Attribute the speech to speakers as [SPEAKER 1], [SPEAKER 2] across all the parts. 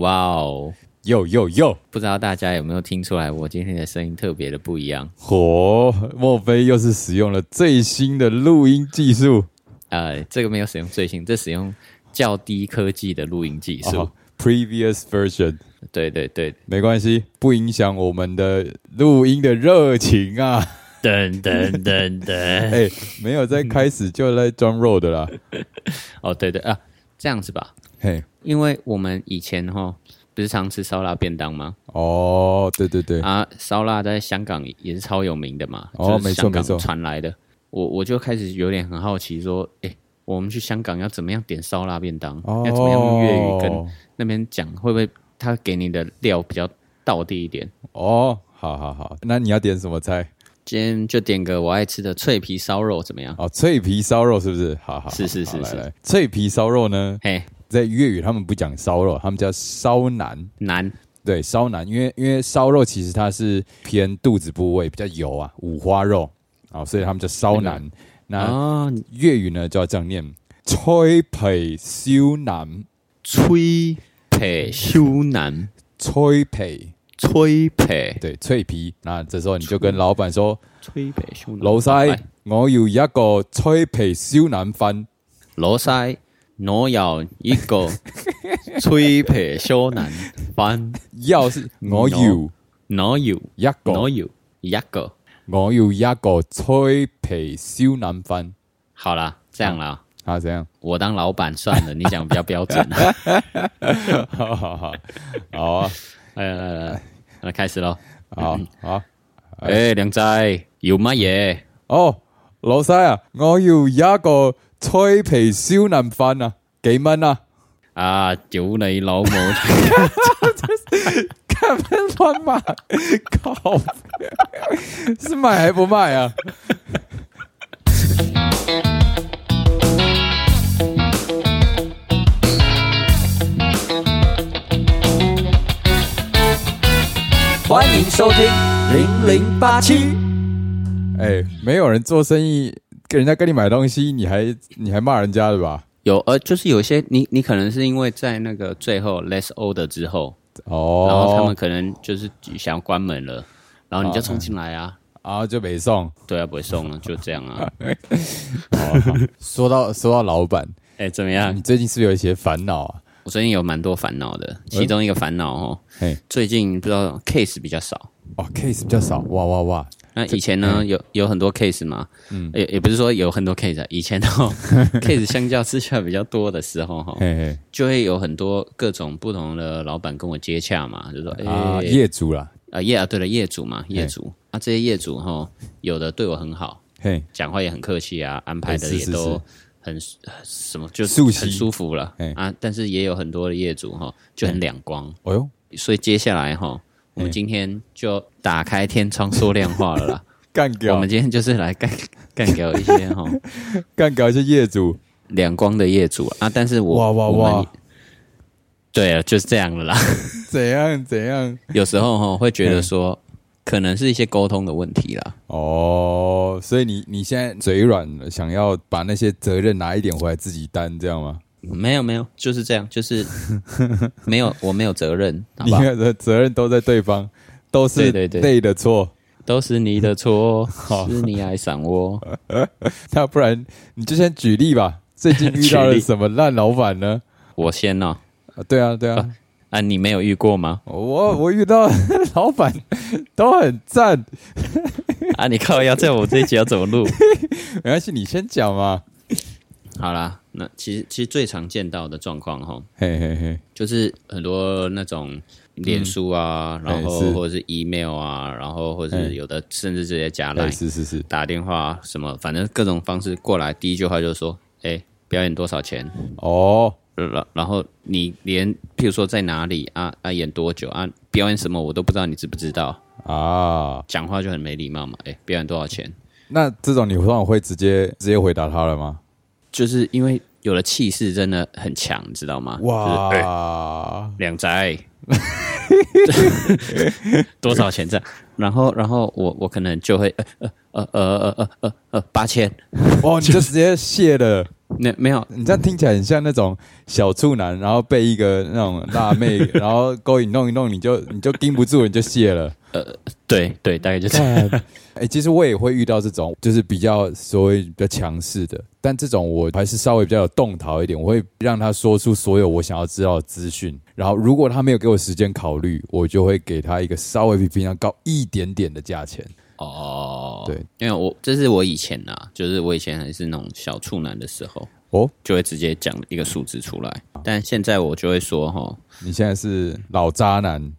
[SPEAKER 1] 哇哦！
[SPEAKER 2] 哟哟哟！
[SPEAKER 1] 不知道大家有没有听出来，我今天的声音特别的不一样。
[SPEAKER 2] 火，莫非又是使用了最新的录音技术？
[SPEAKER 1] 呃，这个没有使用最新，这使用较低科技的录音技术。
[SPEAKER 2] 哦 Previous version，
[SPEAKER 1] 对对对，
[SPEAKER 2] 没关系，不影响我们的录音的热情啊！
[SPEAKER 1] 噔噔噔噔。
[SPEAKER 2] 哎、没有在开始就在装肉的啦。
[SPEAKER 1] 哦，对对啊，这样子吧，
[SPEAKER 2] 嘿，
[SPEAKER 1] 因为我们以前哈不是常吃烧腊便当吗？
[SPEAKER 2] 哦，对对对，
[SPEAKER 1] 啊，烧腊在香港也是超有名的嘛，
[SPEAKER 2] 哦
[SPEAKER 1] 就是
[SPEAKER 2] 没错
[SPEAKER 1] 香
[SPEAKER 2] 没
[SPEAKER 1] 港
[SPEAKER 2] 错
[SPEAKER 1] 传来的。我我就开始有点很好奇，说，哎，我们去香港要怎么样点烧腊便当？
[SPEAKER 2] 哦，
[SPEAKER 1] 要怎么样用粤语跟那边讲会不会他给你的料比较道地一点？
[SPEAKER 2] 哦，好好好，那你要点什么菜？
[SPEAKER 1] 今天就点个我爱吃的脆皮烧肉怎么样？
[SPEAKER 2] 哦，脆皮烧肉是不是？好好，好
[SPEAKER 1] 是是
[SPEAKER 2] 好
[SPEAKER 1] 是
[SPEAKER 2] 来
[SPEAKER 1] 是
[SPEAKER 2] 来，脆皮烧肉呢，
[SPEAKER 1] 嘿，
[SPEAKER 2] 在粤语他们不讲烧肉，他们叫烧腩。
[SPEAKER 1] 难
[SPEAKER 2] 对，烧腩，因为因为烧肉其实它是偏肚子部位比较油啊，五花肉啊、哦所以他们叫烧腩。那
[SPEAKER 1] 啊，
[SPEAKER 2] 粤语呢就要这样念：脆皮烧腩，
[SPEAKER 1] 脆皮修难，
[SPEAKER 2] 脆皮，
[SPEAKER 1] 脆皮
[SPEAKER 2] 对，脆皮。那这时候你就跟老板说：
[SPEAKER 1] 脆皮修
[SPEAKER 2] 老
[SPEAKER 1] 西
[SPEAKER 2] 細，我要一個脆皮燒腩飯。
[SPEAKER 1] 老西，我有一个 脆皮修难饭，
[SPEAKER 2] 要是我要
[SPEAKER 1] 我有
[SPEAKER 2] 一
[SPEAKER 1] 我
[SPEAKER 2] 個，
[SPEAKER 1] 有一个，
[SPEAKER 2] 我要一個脆皮燒腩飯。
[SPEAKER 1] 好啦，这样啦，
[SPEAKER 2] 啊，怎样？
[SPEAKER 1] 我当老板算了，你讲比较标 准啊。
[SPEAKER 2] 好好好，好啊，
[SPEAKER 1] 来来来来，那开始喽。
[SPEAKER 2] 好好。
[SPEAKER 1] 诶、靓哎仔，要乜嘢？
[SPEAKER 2] 哦，老細啊，我要一個脆皮燒腩飯啊，幾蚊啊？
[SPEAKER 1] 啊，屌你老母！
[SPEAKER 2] 看 不乱骂，靠！是卖还不卖啊？
[SPEAKER 1] 欢迎收听零零八七。
[SPEAKER 2] 哎、没有人做生意，跟人家跟你买东西，你还你还骂人家的吧？
[SPEAKER 1] 有呃，就是有些你你可能是因为在那个最后 less order 之后，
[SPEAKER 2] 哦，
[SPEAKER 1] 然后他们可能就是想要关门了，然后你就冲进来啊，
[SPEAKER 2] 啊，就没送。
[SPEAKER 1] 对啊，不会送了，就这样啊。
[SPEAKER 2] 说到说到老板，
[SPEAKER 1] 哎、怎么
[SPEAKER 2] 你
[SPEAKER 1] 样？
[SPEAKER 2] 最近是不是有一些烦恼啊？
[SPEAKER 1] 我最近有蛮多烦恼的，其中一个烦恼哦，
[SPEAKER 2] 嘿，
[SPEAKER 1] 最近不知道 case 比较少，
[SPEAKER 2] 哦，case 比较少，哇哇哇，
[SPEAKER 1] 那以前呢，有有很多 case 嘛，也也不是说有很多 case，、啊、以前 哦 case 相较之下比较多的时候哈、哦
[SPEAKER 2] 嘿嘿
[SPEAKER 1] 就会有很多各种不同的老板跟我接洽嘛，就说哎
[SPEAKER 2] 啊，业主啦，
[SPEAKER 1] 啊业啊，对了，业主嘛，业主啊，这些业主哈、有的对我很好，
[SPEAKER 2] 嘿，
[SPEAKER 1] 讲话也很客气啊，安排
[SPEAKER 2] 哎
[SPEAKER 1] 的
[SPEAKER 2] 是
[SPEAKER 1] 也
[SPEAKER 2] 是
[SPEAKER 1] 都
[SPEAKER 2] 是
[SPEAKER 1] 很什么，就
[SPEAKER 2] 熟悉
[SPEAKER 1] 很舒服了
[SPEAKER 2] 哎
[SPEAKER 1] 啊。但是也有很多的业主哈、就很两光，
[SPEAKER 2] 哎呦，
[SPEAKER 1] 所以接下来哈、我们今天就打开天窗说亮话了 啦。
[SPEAKER 2] 干
[SPEAKER 1] 我
[SPEAKER 2] 掉
[SPEAKER 1] 们今天就是来干干掉一些 哈
[SPEAKER 2] 干掉一些业主，
[SPEAKER 1] 两光的业主啊，但是我
[SPEAKER 2] 哇哇，
[SPEAKER 1] 我们
[SPEAKER 2] 哇，
[SPEAKER 1] 对啊，就是这样了啦。
[SPEAKER 2] 怎样怎样？
[SPEAKER 1] 有时候哈会
[SPEAKER 2] 嗯
[SPEAKER 1] 觉得说，可能是一些沟通的问题啦。
[SPEAKER 2] 哦，所以你你现在嘴软了，想要把那些责任拿一点回来自己担，这样吗？
[SPEAKER 1] 没有没有，就是这样，就是没 有我没有责任，好
[SPEAKER 2] 你
[SPEAKER 1] 不好？
[SPEAKER 2] 看的责任都在对方，都是
[SPEAKER 1] 对对对
[SPEAKER 2] 对的错。
[SPEAKER 1] 都是你的 错，哦是你爱上我。
[SPEAKER 2] 那不然你就先举例吧，最近遇到
[SPEAKER 1] 举
[SPEAKER 2] 了
[SPEAKER 1] 例
[SPEAKER 2] 什么烂老板 呢？
[SPEAKER 1] 我先呢、
[SPEAKER 2] 啊对啊，对啊，
[SPEAKER 1] 啊，你没有遇过吗？
[SPEAKER 2] 我我遇到老板都很赞，
[SPEAKER 1] 啊，你靠要在我这一集要怎么 录？
[SPEAKER 2] 没关系，你先讲嘛。
[SPEAKER 1] 好啦，那其实其实最常见到的状况哈，
[SPEAKER 2] 嘿嘿嘿，
[SPEAKER 1] 就是很多那种脸书啊，然
[SPEAKER 2] 嗯哎
[SPEAKER 1] 后
[SPEAKER 2] 是
[SPEAKER 1] 或者是 email 啊，然后或者
[SPEAKER 2] 哎
[SPEAKER 1] 是有的甚至直接加
[SPEAKER 2] 哎，
[SPEAKER 1] 来
[SPEAKER 2] 是是是，
[SPEAKER 1] 打电话啊什么，反正各种方式过来，第一句话就说：“哎，表演多少钱
[SPEAKER 2] 哦，？”
[SPEAKER 1] 然然后你连譬如说在哪里啊啊演多久啊表演什么我都不知道，你知不知道？
[SPEAKER 2] 啊，
[SPEAKER 1] 讲话就很没礼貌嘛。哎，表演多少钱？
[SPEAKER 2] 那这种你通常会直接直接回答他了吗？
[SPEAKER 1] 就是因为有的气势真的很强，你知道吗？就是哎
[SPEAKER 2] 哇，
[SPEAKER 1] 两宅，多少钱这样？然后，然后我我可能就会呃呃呃呃呃呃呃呃八千，
[SPEAKER 2] 哦，你就直接谢了，
[SPEAKER 1] 那没有，
[SPEAKER 2] 你这样听起来很像那种小处男，然后被一个那种辣 妹，然后勾引弄一弄，你就你就盯不住，你就卸了。
[SPEAKER 1] 对对，大概就是
[SPEAKER 2] 哎、其实我也会遇到这种，就是比较所谓比较强势的，但这种我还是稍微比较有动摇一点，我会让他说出所有我想要知道的资讯。然后如果他没有给我时间考虑，我就会给他一个稍微比平常高一点点的价钱。
[SPEAKER 1] 哦，
[SPEAKER 2] 对，
[SPEAKER 1] 因为我这是我以前啊，就是我以前还是那种小处男的时候，
[SPEAKER 2] 哦，
[SPEAKER 1] 就会直接讲一个数字出来，但现在我就会说哈，
[SPEAKER 2] 你现在是老渣男，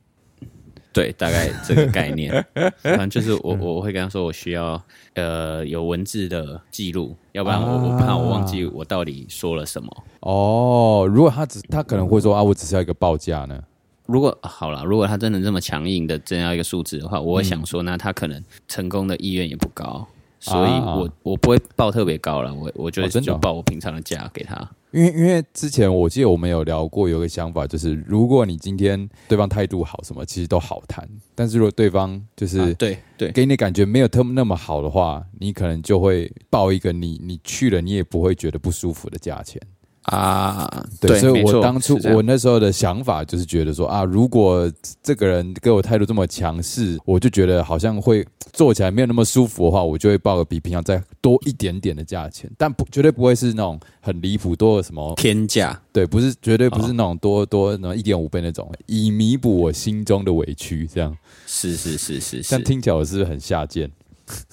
[SPEAKER 1] 对，大概这个概 念，反正就是
[SPEAKER 2] 嗯
[SPEAKER 1] 我我会跟他说我需要呃有文字的记录，要不然
[SPEAKER 2] 啊
[SPEAKER 1] 我我怕我忘记我到底说了什么。
[SPEAKER 2] 哦，如果他只他可能会说啊，我只是要一个报价呢。
[SPEAKER 1] 如果好了，如果他真的这么强硬的真要一个数字的话，我会想说，那他可能成功的意愿也不高，所以
[SPEAKER 2] 啊
[SPEAKER 1] 我我不会报特别高了，我我就
[SPEAKER 2] 哦真的哦
[SPEAKER 1] 就报我平常的价给他。
[SPEAKER 2] 因为因为之前我记得我们有聊过，有一个想法就是，如果你今天对方态度好，什么其实都好谈，但是如果对方就是、
[SPEAKER 1] 啊对对
[SPEAKER 2] 给你的感觉没有特那么好的话，你可能就会报一个你你去了你也不会觉得不舒服的价钱。
[SPEAKER 1] 啊，
[SPEAKER 2] 所以
[SPEAKER 1] 没错
[SPEAKER 2] 我当初
[SPEAKER 1] 是这样
[SPEAKER 2] 我那时候的想法就是觉得说啊，如果这个人给我态度这么强势，我就觉得好像会做起来没有那么舒服的话，我就会报个比平常再多一点点的价钱，但不绝对不会是那种很离谱多的什么，
[SPEAKER 1] 天价
[SPEAKER 2] 对，不是绝对不是那种多多那一点五倍那种，以弥补我心中的委屈。这样，
[SPEAKER 1] 是是是是
[SPEAKER 2] 但
[SPEAKER 1] 是，
[SPEAKER 2] 听起来我是不是很下贱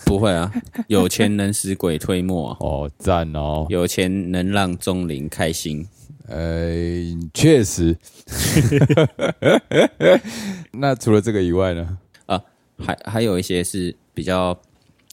[SPEAKER 1] 不会啊，有钱能使鬼推磨，啊
[SPEAKER 2] 哦，赞哦，
[SPEAKER 1] 有钱能让钟灵开心。
[SPEAKER 2] 呃，确实。 那除了这个以外呢？
[SPEAKER 1] 还还有一些是比较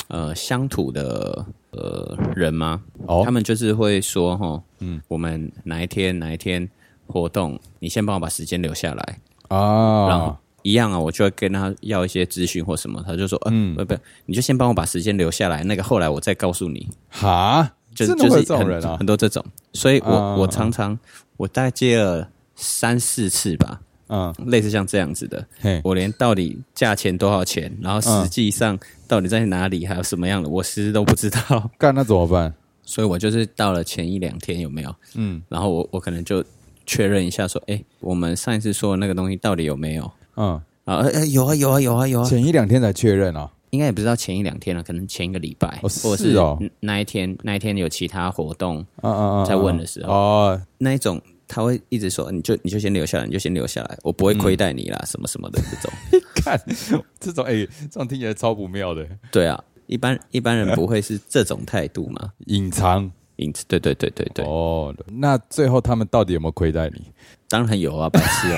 [SPEAKER 1] 呃乡土的呃人吗？
[SPEAKER 2] 哦
[SPEAKER 1] 他，们就是会说哈，嗯，我们哪一天哪一天活动，你先帮我把时间留下来，然后
[SPEAKER 2] 啊，
[SPEAKER 1] 一样啊，我就会跟他要一些资讯或什么，他就说，嗯，不不，你就先帮我把时间留下来，那个后来我再告诉你，
[SPEAKER 2] 哈，
[SPEAKER 1] 就
[SPEAKER 2] 真的
[SPEAKER 1] 就
[SPEAKER 2] 会
[SPEAKER 1] 是
[SPEAKER 2] 有这种人
[SPEAKER 1] 很
[SPEAKER 2] 啊？
[SPEAKER 1] 很多这种，所以我、
[SPEAKER 2] 啊
[SPEAKER 1] 我常常我大概接了三四次吧，
[SPEAKER 2] 嗯，
[SPEAKER 1] 类似像这样子的，
[SPEAKER 2] 嘿，
[SPEAKER 1] 我连到底价钱多少钱，然后
[SPEAKER 2] 嗯
[SPEAKER 1] 实际上到底在哪里，还有什么样的，我其实都不知道。
[SPEAKER 2] 干那怎么办？
[SPEAKER 1] 所以我就是到了前一两天有没有，
[SPEAKER 2] 嗯
[SPEAKER 1] 然后我我可能就确认一下说，哎，我们上一次说的那个东西到底有没有？
[SPEAKER 2] 嗯，
[SPEAKER 1] 啊，呃呃有啊有啊有啊有啊，
[SPEAKER 2] 前一两天才确认啊。
[SPEAKER 1] 应该也不知道前一两天了，可能前一个礼拜，
[SPEAKER 2] 哦
[SPEAKER 1] 或者
[SPEAKER 2] 是哦
[SPEAKER 1] 那一天那一天有其他活动
[SPEAKER 2] 嗯嗯嗯，
[SPEAKER 1] 在问的时候
[SPEAKER 2] 哦，
[SPEAKER 1] 那一种。他会一直说，你就你就先留下来，你就先留下来，我不会亏待你啦，什么什么的这种。
[SPEAKER 2] 看这种，哎、这种听起来超不妙的，
[SPEAKER 1] 对啊，一般一般人不会是这种态度嘛。
[SPEAKER 2] 隐藏。
[SPEAKER 1] 因此，对对对对对，
[SPEAKER 2] 哦，那最后他们到底有没有亏待你？
[SPEAKER 1] 当然有啊，白痴哦。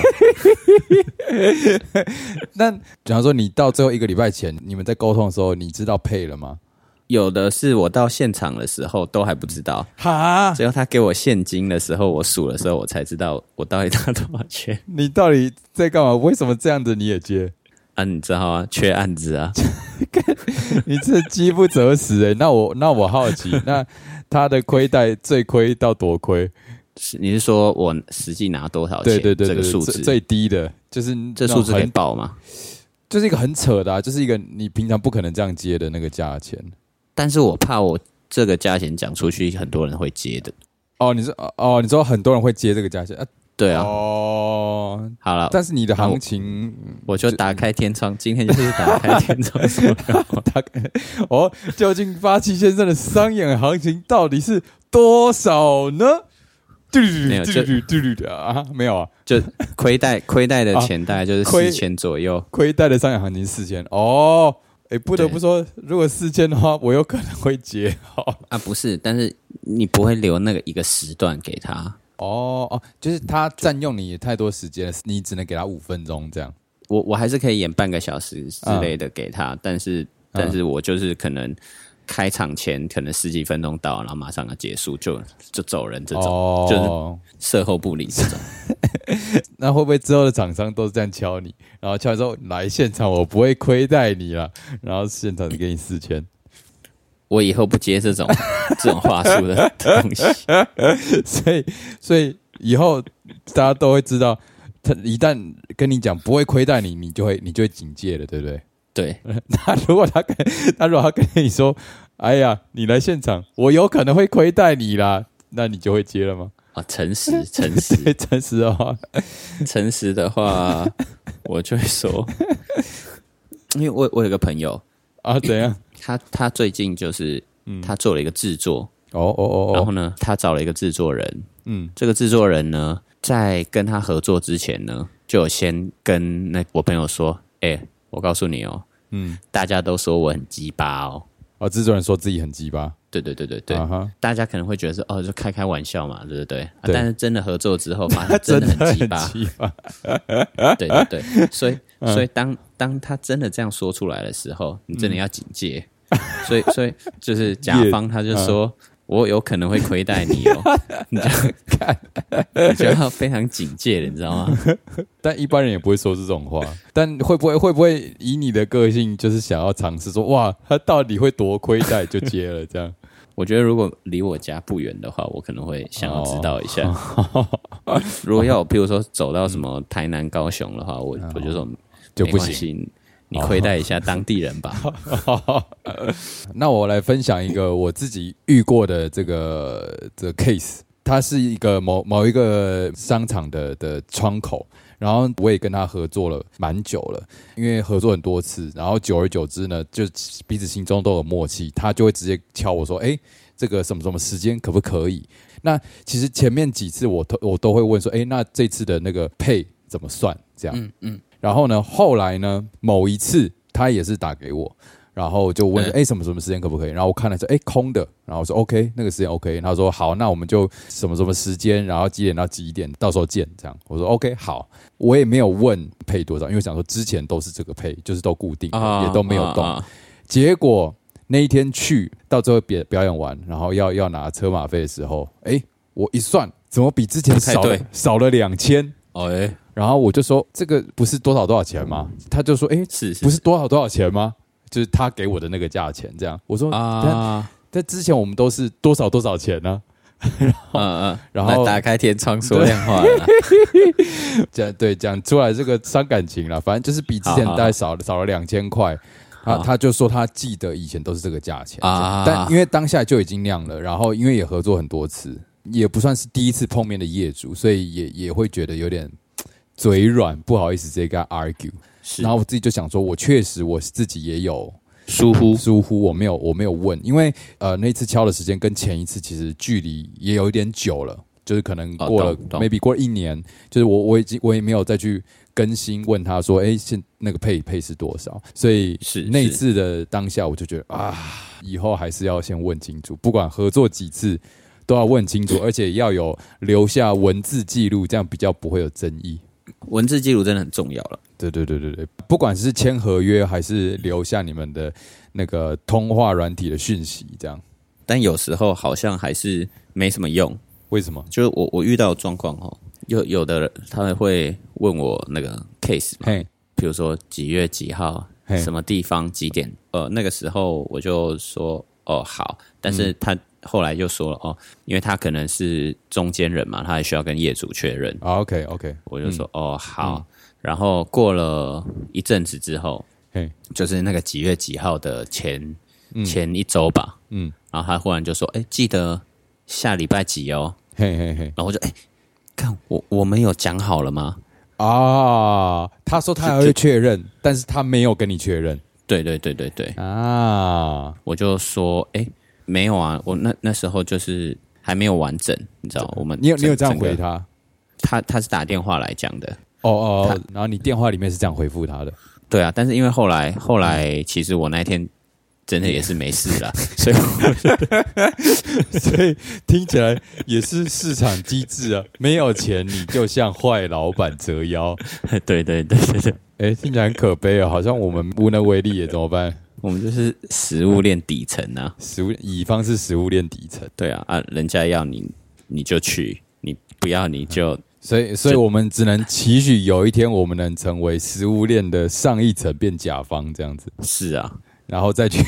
[SPEAKER 2] 那假如说你到最后一个礼拜前，你们在沟通的时候，你知道配了吗？
[SPEAKER 1] 有的是我到现场的时候都还不知道，
[SPEAKER 2] 哈，
[SPEAKER 1] 只有他给我现金的时候，我数的时候，我才知道我到底拿多少钱
[SPEAKER 2] 你到底在干嘛？为什么这样子你也接？
[SPEAKER 1] 啊！你知道啊，缺案子啊，
[SPEAKER 2] 你这饥不择食哎、那我那我好奇， 那他的亏待最亏到多亏？
[SPEAKER 1] 是你是说我实际拿多哦少钱？
[SPEAKER 2] 对对对对，
[SPEAKER 1] 这个数
[SPEAKER 2] 最
[SPEAKER 1] 字，
[SPEAKER 2] 最低的，就是
[SPEAKER 1] 这
[SPEAKER 2] 那种
[SPEAKER 1] 数字可以
[SPEAKER 2] 很
[SPEAKER 1] 报吗？
[SPEAKER 2] 就是一个很扯的、啊，就是一个你平常不可能这样接的那个价钱。
[SPEAKER 1] 但是我怕我这个价钱讲出去，很多人会接的。
[SPEAKER 2] 哦，你说哦哦，你说很多人会接这个价钱啊？
[SPEAKER 1] 对啊，
[SPEAKER 2] 哦，
[SPEAKER 1] 好了，
[SPEAKER 2] 但是你的
[SPEAKER 1] 那我
[SPEAKER 2] 行情
[SPEAKER 1] 我就打开天窗，今天就是打开天窗说
[SPEAKER 2] 哦，究竟八七先生的商演行情到底是多少呢？嘟
[SPEAKER 1] 没有
[SPEAKER 2] 嘟
[SPEAKER 1] 这
[SPEAKER 2] 嘟嘟嘟嘟啊，没有啊，
[SPEAKER 1] 就亏 待亏待的
[SPEAKER 2] 啊
[SPEAKER 1] 钱大概就是
[SPEAKER 2] 亏
[SPEAKER 1] 四千左右。
[SPEAKER 2] 亏待的商演行情四千哦。哎，不得
[SPEAKER 1] 对
[SPEAKER 2] 不说，如果四千的话，我有可能会接哦
[SPEAKER 1] 啊，不是，但是你不会留那个一个时段给他。
[SPEAKER 2] 哦哦，就是他占用你太多时间了，你只能给他五分钟这样。
[SPEAKER 1] 我我还是可以演半个小时之类的给他，
[SPEAKER 2] 啊
[SPEAKER 1] 但是但是我就是可能开场前可能十几分钟到，然后马上要结束就就走人这种，
[SPEAKER 2] 哦，
[SPEAKER 1] 事后不理这种。
[SPEAKER 2] 那会不会之后的厂商都是这样敲你？然后敲完之后来现场，我不会亏待你了，然后现场给你四千，
[SPEAKER 1] 我以后不接这种这种话术的东 西。
[SPEAKER 2] 所以所以以后大家都会知道，他一旦跟你讲不会亏待你，你就会你就会警戒了，对不 对？
[SPEAKER 1] 对，
[SPEAKER 2] 他如果他跟他如果他跟你说，哎呀，你来现场，我有可能会亏待你啦，那你就会接了吗？
[SPEAKER 1] 啊，诚实，诚实，
[SPEAKER 2] 对，诚实的话，
[SPEAKER 1] 诚实的 话，我就会说， 因为我我有个朋友，
[SPEAKER 2] 啊，怎样？
[SPEAKER 1] 他他最近就是他做了一个制作，
[SPEAKER 2] 哦哦
[SPEAKER 1] 然
[SPEAKER 2] 哦
[SPEAKER 1] 后
[SPEAKER 2] 哦，
[SPEAKER 1] 呢，他找了一个制作人，
[SPEAKER 2] 嗯，
[SPEAKER 1] 这个制作人呢，在跟他合作之前呢，就有先跟那我朋友说，哎、我告诉你哦，
[SPEAKER 2] 嗯，
[SPEAKER 1] 大家都说我很鸡巴哦，
[SPEAKER 2] 啊，制作人说自己很鸡巴，
[SPEAKER 1] 对对对对对，
[SPEAKER 2] 啊哈，
[SPEAKER 1] 大家可能会觉得是哦，就开开玩笑嘛，对不对？啊
[SPEAKER 2] 对
[SPEAKER 1] 但是真的合作之 后，发现真的很鸡巴，
[SPEAKER 2] 鸡巴，
[SPEAKER 1] 对对对，所以
[SPEAKER 2] 嗯
[SPEAKER 1] 所以当当他真的这样说出来的时候，你真的要警戒。
[SPEAKER 2] 嗯
[SPEAKER 1] 所以所以就是甲
[SPEAKER 2] 也
[SPEAKER 1] 方他就说。
[SPEAKER 2] 嗯
[SPEAKER 1] 我有可能会亏待你 哦，你就看，你就要非常警戒了，你知道吗？
[SPEAKER 2] 但一般人也不会说这种话。 但会不会会不会以你的个性，就是想要尝试说，哇，他到底会多亏待就接了这样？
[SPEAKER 1] 我觉得如果离我家不远的话，我可能会想要知道一 下。如果要我，比如说走到什么台南、高雄的话，我我就说
[SPEAKER 2] 哦就不
[SPEAKER 1] 没
[SPEAKER 2] 行哦
[SPEAKER 1] 关系你亏待一下当地人 吧。
[SPEAKER 2] 那我来分享一个我自己遇过的这个这个 case，它是一个某某一个商场的的窗口，然后我也跟他合作了蛮久了，因为合作很多次，然后久而久之呢，就彼此心中都有默契，他就会直接敲我说，哎，这个什么什么时间可不可以？那其实前面几次我都我都会问说，哎，那这次的那个配怎么算？这样，嗯嗯。然后呢，后来呢，某一次他也是打给我，然后就问说，哎、什么什么时间可不可以？然后我看了说，哎、空的。然后我说 OK，那个时间 OK。他说好，那我们就什么什么时间，然后几点到几点，到时候见。这样我说 OK 好，我也没有问配多少，因为想说之前都是这个配，就是都固定的，
[SPEAKER 1] 啊，
[SPEAKER 2] 哦也都没有动。
[SPEAKER 1] 啊啊
[SPEAKER 2] 结果那一天去到最后表表演完，然后要要拿车马费的时候，哎，我一算，怎么比之前少
[SPEAKER 1] 不太
[SPEAKER 2] 了
[SPEAKER 1] 对
[SPEAKER 2] 少了两千？
[SPEAKER 1] 哦，哎，
[SPEAKER 2] 然后我就说这个不是多少多少钱吗？他就说，哎，
[SPEAKER 1] 是是
[SPEAKER 2] 不是多少多少钱吗？就是他给我的那个价钱，这样。我说啊，
[SPEAKER 1] 啊，
[SPEAKER 2] 但之前我们都是多少多少钱呢、
[SPEAKER 1] 嗯嗯，
[SPEAKER 2] 然后
[SPEAKER 1] 那打开天窗说亮话了啦，
[SPEAKER 2] 这样对讲出来这个伤感情了，反正就是比之前
[SPEAKER 1] 好好
[SPEAKER 2] 大概少了少了两千块。他
[SPEAKER 1] 好
[SPEAKER 2] 他就说他记得以前都是这个价钱
[SPEAKER 1] 啊
[SPEAKER 2] 但因为当下就已经那样了，然后因为也合作很多次，也不算是第一次碰面的业主，所以也也会觉得有点嘖嘴软，不好意思直接跟他 argue。
[SPEAKER 1] 是
[SPEAKER 2] 然后我自己就想说，我确实我自己也有
[SPEAKER 1] 疏忽
[SPEAKER 2] 疏忽，我没有我没有问，因为呃那次敲的时间跟前一次其实距离也有一点久了，就是可能
[SPEAKER 1] 哦
[SPEAKER 2] 过了、
[SPEAKER 1] 懂懂
[SPEAKER 2] maybe 过了一年，就是我我已经我也没有再去更新问他说，哎，现那个配配是多少？所以
[SPEAKER 1] 是
[SPEAKER 2] 那一
[SPEAKER 1] 是
[SPEAKER 2] 次的当下我就觉得啊，以后还是要先问清楚，不管合作几次。都要问清楚，而且要有留下文字记录，这样比较不会有争议。
[SPEAKER 1] 文字记录真的很重要了。
[SPEAKER 2] 对对对对对，不管是签合约还是留下你们的那个通话软体的讯息，这样
[SPEAKER 1] 但有时候好像还是没什么用，
[SPEAKER 2] 为什么？
[SPEAKER 1] 就是我我遇到的状况哦，有有的人他们会问我那个 case 嘛，
[SPEAKER 2] 嘿，
[SPEAKER 1] 比如说几月几号
[SPEAKER 2] 嘿，
[SPEAKER 1] 什么地方几点，呃，那个时候我就说哦好，但是
[SPEAKER 2] 嗯
[SPEAKER 1] 他后来就说了哦，因为他可能是中间人嘛，他还需要跟业主确认，
[SPEAKER 2] 啊，OK OK，
[SPEAKER 1] 我就
[SPEAKER 2] 嗯
[SPEAKER 1] 说、哦好，然后过了一阵子之后，
[SPEAKER 2] 嘿，
[SPEAKER 1] 就是那个几月几号的前、前一周吧，
[SPEAKER 2] 嗯
[SPEAKER 1] 嗯，然后他忽然就说，哎、记得下礼拜几哦，
[SPEAKER 2] 嘿嘿嘿，
[SPEAKER 1] 然后我就哎，看我我们有讲好了吗？
[SPEAKER 2] 啊，他说他还会确认，但是他没有跟你确认
[SPEAKER 1] 对对对对对，
[SPEAKER 2] 啊，
[SPEAKER 1] 我就说哎，没有啊，我那那时候就是还没有完整，你知道，哦我们
[SPEAKER 2] 你有
[SPEAKER 1] 整
[SPEAKER 2] 你有这样回？
[SPEAKER 1] 整个
[SPEAKER 2] 他？
[SPEAKER 1] 他他是打电话来讲的，
[SPEAKER 2] 哦哦，哦然后你电话里面是这样回复他的，
[SPEAKER 1] 对啊，但是因为后来后
[SPEAKER 2] 嗯
[SPEAKER 1] 来其实我那天真的也是没事 了，所以我
[SPEAKER 2] 所以听起来也是市场机制 啊，没有钱你就向坏老板折腰，
[SPEAKER 1] 对对对对对，
[SPEAKER 2] 哎，听起来很可悲啊，好像我们无能为力耶，怎么办？
[SPEAKER 1] 我们就是食物链底层啊，
[SPEAKER 2] 食物乙方是食物链底层，
[SPEAKER 1] 对啊啊，人家要你你就去，你不要你就
[SPEAKER 2] 所以所以我们只能期许有一天我们能成为食物链的上一层，变甲方这样子，
[SPEAKER 1] 是啊，
[SPEAKER 2] 然 后再去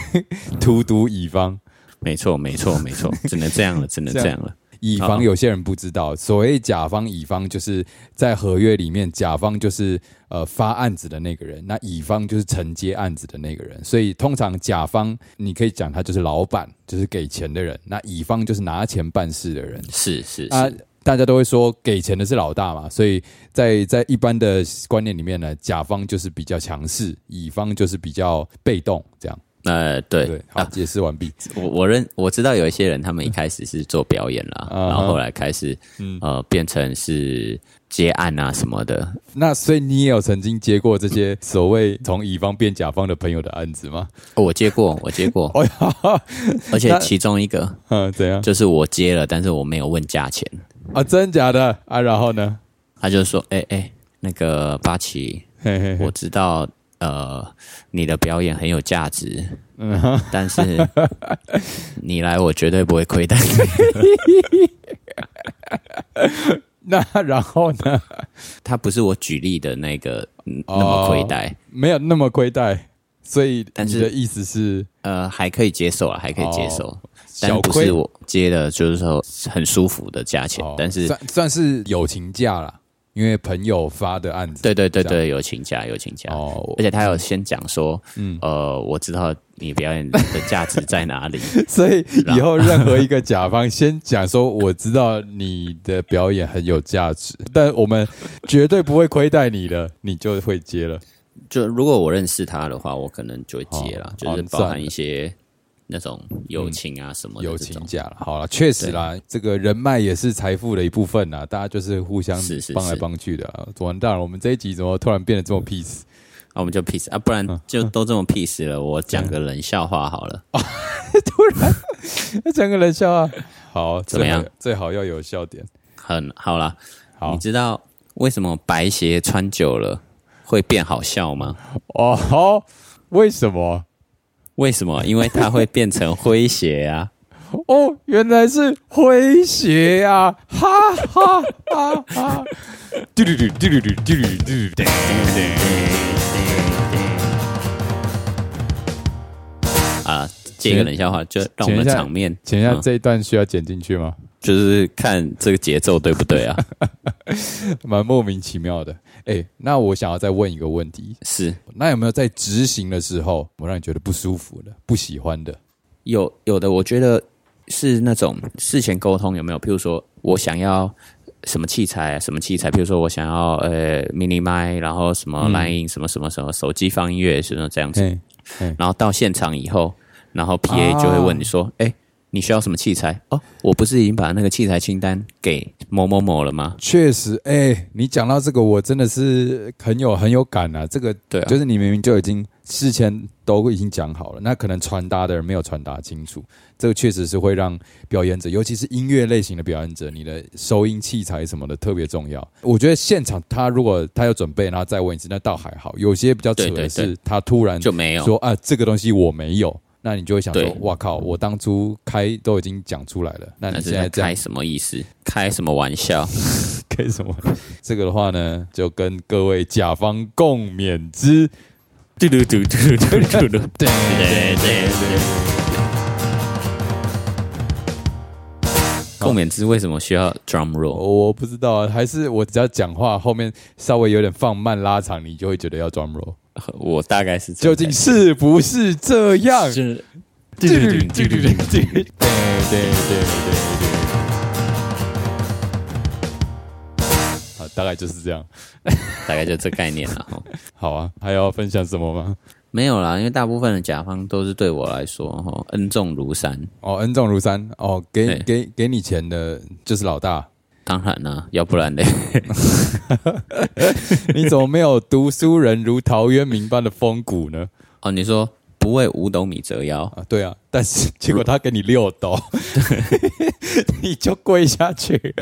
[SPEAKER 2] 荼毒乙方。
[SPEAKER 1] 没错没错没错，只能这样了，只能
[SPEAKER 2] 这样
[SPEAKER 1] 这样了。
[SPEAKER 2] 乙方有些人不知道，所谓甲方乙方就是在合约里面，甲方就是呃发案子的那个人，那乙方就是承接案子的那个人。所以通常甲方你可以讲他就是老板，就是给钱的人；那乙方就是拿钱办事的人。
[SPEAKER 1] 是是
[SPEAKER 2] 啊
[SPEAKER 1] 是，，
[SPEAKER 2] 大家都会说给钱的是老大嘛，所以在在一般的观念里面呢，甲方就是比较强势，乙方就是比较被动，这样
[SPEAKER 1] 呃，对
[SPEAKER 2] 对。好，
[SPEAKER 1] 啊，
[SPEAKER 2] 解释完毕。
[SPEAKER 1] 我我认我知道有一些人，他们一开始是做表演啦，
[SPEAKER 2] 嗯
[SPEAKER 1] 然后后来开始呃变成是接案啊什么的，
[SPEAKER 2] 那所以你也有曾经接过这些所谓从乙方变甲方的朋友的案子 吗？
[SPEAKER 1] 哦我接过，我接过，
[SPEAKER 2] 哦呀，
[SPEAKER 1] 而且
[SPEAKER 2] 那
[SPEAKER 1] 其中一个
[SPEAKER 2] 嗯，怎样
[SPEAKER 1] 就是我接了，但是我没有问价钱，
[SPEAKER 2] 啊？真假的啊？然后呢？
[SPEAKER 1] 他就说：“哎、哎、那个八旗，
[SPEAKER 2] 嘿嘿 嘿
[SPEAKER 1] 我知道呃你的表演很有价值，
[SPEAKER 2] 嗯
[SPEAKER 1] 但 是你来我绝对不会亏待你。
[SPEAKER 2] 那然后呢？
[SPEAKER 1] 他不是我举例的那个嗯那
[SPEAKER 2] 哦
[SPEAKER 1] 么亏待，
[SPEAKER 2] 没有那么亏待，所以
[SPEAKER 1] 但
[SPEAKER 2] 你
[SPEAKER 1] 是
[SPEAKER 2] 的意思是
[SPEAKER 1] 呃，还可以接受啊，还可以接受。但
[SPEAKER 2] 哦小
[SPEAKER 1] 不是
[SPEAKER 2] 亏
[SPEAKER 1] 我接的，就是说很舒服的价钱，
[SPEAKER 2] 哦
[SPEAKER 1] 但是
[SPEAKER 2] 算算是友情价啦，因为朋友发的案子。
[SPEAKER 1] 对对对
[SPEAKER 2] 这
[SPEAKER 1] 对，有请假有请假，
[SPEAKER 2] 哦嗯
[SPEAKER 1] 而且他有先讲说，呃，我知道你表演的价值在哪 里，
[SPEAKER 2] 所以以后任何一个甲方先讲说，我知道你的表演很有价值，但我们绝对不会亏待你的，你就会接了。
[SPEAKER 1] 就如果我认识他的话，我可能就会接啦，
[SPEAKER 2] 哦
[SPEAKER 1] 就是
[SPEAKER 2] 哦嗯
[SPEAKER 1] 包含一些那种友情啊什么
[SPEAKER 2] 友
[SPEAKER 1] 的这
[SPEAKER 2] 情
[SPEAKER 1] 种。
[SPEAKER 2] 价了，好了，确实啦，这个人脉也是财富的一部分啊呐，大家就是互相
[SPEAKER 1] 是是
[SPEAKER 2] 帮来
[SPEAKER 1] 是
[SPEAKER 2] 帮去的啊。完蛋了，我们这一集怎么突然变得这么 peace？
[SPEAKER 1] 啊，我们就 peace 啊，不然
[SPEAKER 2] 嗯
[SPEAKER 1] 就都这么 peace 了。我讲个冷笑话好了，
[SPEAKER 2] 讲个冷笑啊，好，
[SPEAKER 1] 怎么样
[SPEAKER 2] 最好？最好要有笑点。
[SPEAKER 1] 很好啦。
[SPEAKER 2] 好
[SPEAKER 1] 你知道为什么白鞋穿久了会变好笑吗？
[SPEAKER 2] 哦，好，为什么？
[SPEAKER 1] 为什么？因为它会变成灰鞋啊。
[SPEAKER 2] 哦，原来是诙谐啊！哈哈哈哈！嘟嘟嘟嘟嘟嘟嘟嘟嘟。
[SPEAKER 1] 啊，接一个冷笑话，就让我们
[SPEAKER 2] 请一
[SPEAKER 1] 的
[SPEAKER 2] 下
[SPEAKER 1] 场面，
[SPEAKER 2] 请问一下，
[SPEAKER 1] 嗯
[SPEAKER 2] 这一段需要剪进去吗？
[SPEAKER 1] 就是看这个节奏对不对啊？
[SPEAKER 2] 蛮莫名其妙的。哎，那我想要再问一个问题，
[SPEAKER 1] 是
[SPEAKER 2] 那有没有在执行的时候，我让你觉得不舒服的、不喜欢的？
[SPEAKER 1] 有有的，我觉得是那种事前沟通有没有？譬如说我想要什么器材啊，什么器材？譬如说我想要呃 mini 麦，然后什
[SPEAKER 2] 嗯
[SPEAKER 1] 么 line、什么什么什么手机放音乐，什么这样子。
[SPEAKER 2] 嘿，
[SPEAKER 1] 然后到现场以后，然
[SPEAKER 2] 啊
[SPEAKER 1] 后 PA 就会问你说：“哎、你需要什么器材？哦，我不是已经把那个器材清单给某某某了吗？
[SPEAKER 2] 确实，哎、你讲到这个，我真的是很有很有感啊。这个
[SPEAKER 1] 对啊
[SPEAKER 2] 就是你明明就已经事前都已经讲好了，那可能传达的人没有传达清楚，这个确实是会让表演者，尤其是音乐类型的表演者，你的收音器材什么的特别重要。我觉得现场他如果他有准备，然后再问一次，那倒还好。有些比较扯
[SPEAKER 1] 对对
[SPEAKER 2] 的
[SPEAKER 1] 对
[SPEAKER 2] 是，他突然
[SPEAKER 1] 就没有。
[SPEAKER 2] 说啊，这个东西我没有，那你就会想说
[SPEAKER 1] 对，
[SPEAKER 2] 哇靠，我当初开都已经讲出来了，那
[SPEAKER 1] 那
[SPEAKER 2] 你
[SPEAKER 1] 是
[SPEAKER 2] 现
[SPEAKER 1] 在
[SPEAKER 2] 在这样
[SPEAKER 1] 开什么意思？开什么玩笑？
[SPEAKER 2] 开什么？这个的话呢，就跟各位甲方共勉之。
[SPEAKER 1] 嘟嘟嘟嘟嘟嘟嘟， 对对对对。共勉之为什么需要 drum roll？
[SPEAKER 2] 我不知道啊，还是我只要讲话后面稍微有点放慢拉长，你就会觉得要 drum roll。
[SPEAKER 1] 我大概是这
[SPEAKER 2] 究
[SPEAKER 1] 种
[SPEAKER 2] 竟是不是这样
[SPEAKER 1] 感觉？是
[SPEAKER 2] 对对对对对对对对。好，大概就是这样。
[SPEAKER 1] 大概就这概念了哈。
[SPEAKER 2] 好啊，还要分享什么吗？
[SPEAKER 1] 没有啦，因为大部分的甲方都是对我来说哈恩重如山。
[SPEAKER 2] 哦，恩重如山哦，给
[SPEAKER 1] 对
[SPEAKER 2] 给给你钱的就是老大。
[SPEAKER 1] 当然啦、要不然嘞，
[SPEAKER 2] 你怎么没有读书人如陶渊明般的风骨呢？
[SPEAKER 1] 哦，你说不为五斗米折腰，
[SPEAKER 2] 啊，对啊，但是结果他给你六 刀，你就跪下去。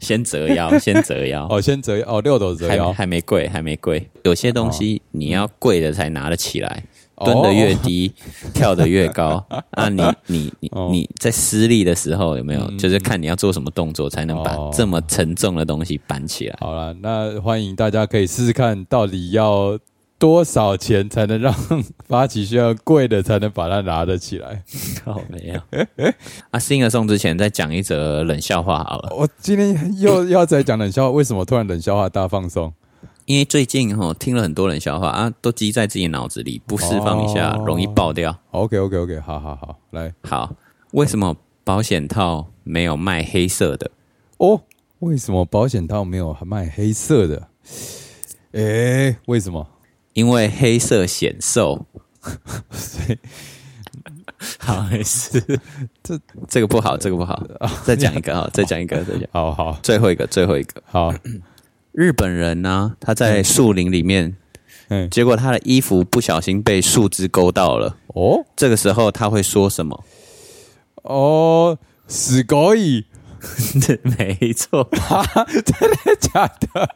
[SPEAKER 1] 先折 腰，先折腰，
[SPEAKER 2] 哦，先折哦，六斗折
[SPEAKER 1] 还没
[SPEAKER 2] 腰，
[SPEAKER 1] 还没跪，还没跪。有些东西你要跪的才拿得起来，
[SPEAKER 2] 哦
[SPEAKER 1] 蹲得越低，跳得越 高。啊你，你你
[SPEAKER 2] 哦嗯
[SPEAKER 1] 你在施力的时候有没有，就是看你要做什么动作才能把
[SPEAKER 2] 哦
[SPEAKER 1] 这么 沉重的东西搬起来？
[SPEAKER 2] 好了，那欢迎大家可以试试看，到底要多少钱才能让发起需要贵的才能把它拿得起来？
[SPEAKER 1] 好没有。啊，新的送之前再讲一则冷笑话好了，
[SPEAKER 2] 我今天又要再讲冷笑话，为什么突然冷笑话大放松？
[SPEAKER 1] 因为最近哈听了很多冷笑话啊，都积在自己脑子里，不释放一下、
[SPEAKER 2] 哦
[SPEAKER 1] 容易爆掉。
[SPEAKER 2] OK OK OK，好好好，来
[SPEAKER 1] 好，为什么保险套没有卖黑色的？
[SPEAKER 2] 哦，为什么保险套没有卖黑色的？诶，为什么？
[SPEAKER 1] 因为黑色显瘦。
[SPEAKER 2] 所以
[SPEAKER 1] 好，没事， 这这个不好，这个不好，再讲一个啊，再讲一个，再讲
[SPEAKER 2] 好好
[SPEAKER 1] 最后一个，最后一个。
[SPEAKER 2] 好，
[SPEAKER 1] 日本人呢、他在树林里面，
[SPEAKER 2] 嗯，
[SPEAKER 1] 结果他的衣服不小心被树枝勾到了。
[SPEAKER 2] 哦
[SPEAKER 1] 这个时候他会说什么？
[SPEAKER 2] 哦，死狗蚁，
[SPEAKER 1] 没错，
[SPEAKER 2] 假的？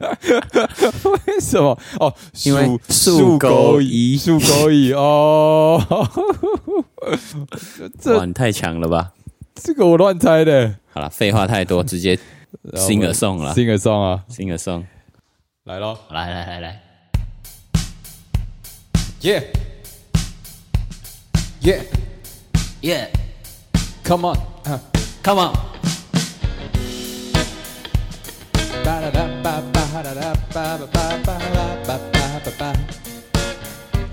[SPEAKER 2] 为什么？哦，
[SPEAKER 1] 因为
[SPEAKER 2] 树
[SPEAKER 1] 树狗蚁
[SPEAKER 2] 树狗蚁哦， 这
[SPEAKER 1] 哇，你太强了吧！
[SPEAKER 2] 这个我乱猜的。
[SPEAKER 1] 好了，废话太多，直 接 singer song 了
[SPEAKER 2] singer song 啊，
[SPEAKER 1] singer song。
[SPEAKER 2] 来喽，
[SPEAKER 1] 来来来来，
[SPEAKER 2] 耶耶
[SPEAKER 1] 耶、
[SPEAKER 2] ，come on，啊
[SPEAKER 1] c o m e on！
[SPEAKER 2] 巴啦啦巴巴哈啦啦巴巴巴巴哈啦巴巴巴巴，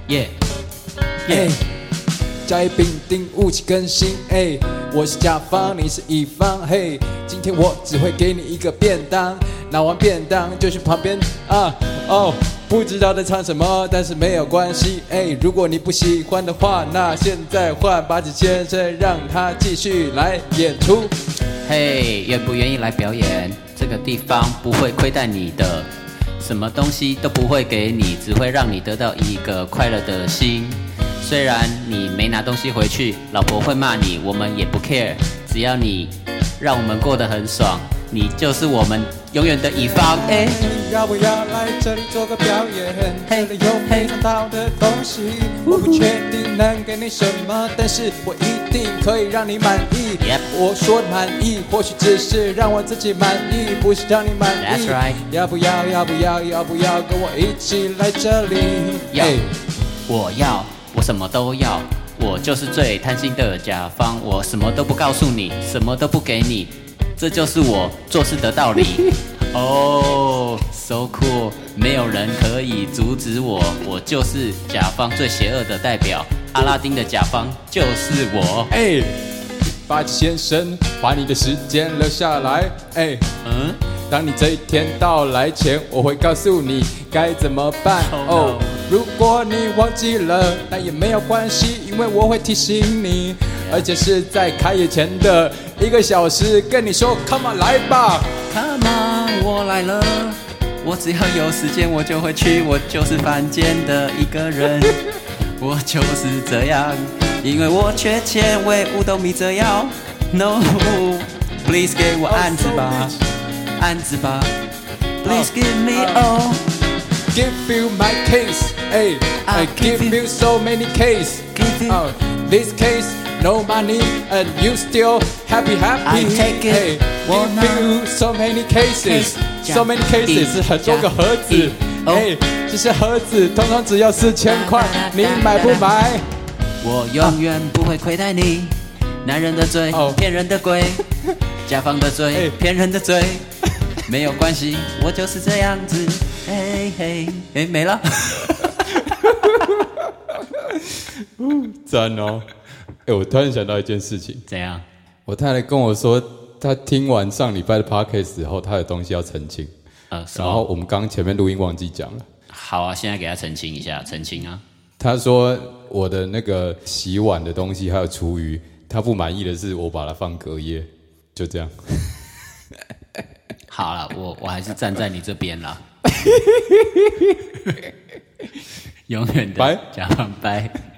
[SPEAKER 1] 耶、
[SPEAKER 2] 耶。甲乙丙丁戊己庚辛，哎，我是甲方，你是乙方，嘿，今天我只会给你一个便当，拿完便当就去旁边啊，哦，不知道在唱什么，但是没有关系，哎，如果你不喜欢的话，那现在换八指先生，让他继续来演出。
[SPEAKER 3] 嘿，愿不愿意来表演？这个地方不会亏待你的，什么东西都不会给你，只会让你得到一个快乐的心。虽然你没拿东西回去，老婆会骂你，我们也不 care，只要你让我们过得很爽，你就是我们永远的乙方。哎，
[SPEAKER 2] 要不要来这里做个表演？这里有非常好的东西，我不确定能给你什么，但是我一定可以让你满意。
[SPEAKER 3] Yep
[SPEAKER 2] 我说的满意，或许只是让我自己满意，不是让你满意。
[SPEAKER 3] That's right
[SPEAKER 2] 要不要？要不要？要不要跟我一起来这里？
[SPEAKER 3] 要
[SPEAKER 2] 哎
[SPEAKER 3] 我要，我什么都要，我就是最贪心的甲方，我什么都不告诉你，什么都不给你，这就是我做事的道理。哦、s o cool，没有人可以阻止我，我就是甲方最邪恶的代表，阿拉丁的甲方就是我。
[SPEAKER 2] 哎，八戒先生，把你的时间留下来。哎，
[SPEAKER 3] 嗯，
[SPEAKER 2] 当你这一天到来前，我会告诉你该怎么办。哦
[SPEAKER 3] Oh, no.
[SPEAKER 2] 如果你忘记了，那也没有关系，因为我会提醒你，而且是在开业前的一个小时跟你说，Come on，来吧。
[SPEAKER 3] Come on，我来了，我只要有时间我就会去，我就是凡间的一个人，我就是这样，因为我缺钱，为五斗米折腰。No，please 给
[SPEAKER 2] Oh,
[SPEAKER 3] 我案子吧，案子吧，please give me all。
[SPEAKER 2] Give you my case, hey, I
[SPEAKER 3] I'll
[SPEAKER 2] give
[SPEAKER 3] give you-
[SPEAKER 2] you so many case.
[SPEAKER 3] Give you-
[SPEAKER 2] Oh, this case, no money, and you still happy, happy.
[SPEAKER 3] I take
[SPEAKER 2] Hey, give
[SPEAKER 3] it, wanna-
[SPEAKER 2] you so many cases,
[SPEAKER 3] Case,
[SPEAKER 2] so many cases，
[SPEAKER 3] 加 一
[SPEAKER 2] 很多个盒
[SPEAKER 3] 加
[SPEAKER 2] 子
[SPEAKER 3] 一。哦
[SPEAKER 2] 哎，这些盒子通通只要四千块
[SPEAKER 3] 哒哒哒，
[SPEAKER 2] 你买不买？
[SPEAKER 3] 我永远不会亏待你。男人的嘴
[SPEAKER 2] 哦，
[SPEAKER 3] 骗人的鬼；甲方的
[SPEAKER 2] 哎
[SPEAKER 3] 嘴，骗人的嘴。没有关系，我就是这样子。嘿嘿，哎，没了。
[SPEAKER 2] 赞哦！哎，我突然想到一件事情，
[SPEAKER 3] 怎样？
[SPEAKER 2] 我太太跟我说，她听完上礼拜的 podcast 之后，她有东西要澄清，
[SPEAKER 3] 呃，什
[SPEAKER 2] 然后
[SPEAKER 3] 么？
[SPEAKER 2] 我们刚前面录音忘记讲了。
[SPEAKER 3] 好啊，现在给他澄清一下，澄清啊。
[SPEAKER 2] 他说我的那个洗碗的东西还有厨余，他不满意的是我把它放隔夜，就这样。
[SPEAKER 3] 好了，我我还是站在你这 边啦。永远
[SPEAKER 2] 拜
[SPEAKER 3] 的甲方拜。